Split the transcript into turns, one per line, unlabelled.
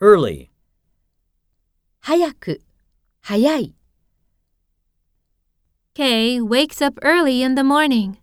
early,
早く、早い。
Kay wakes up early in the morning.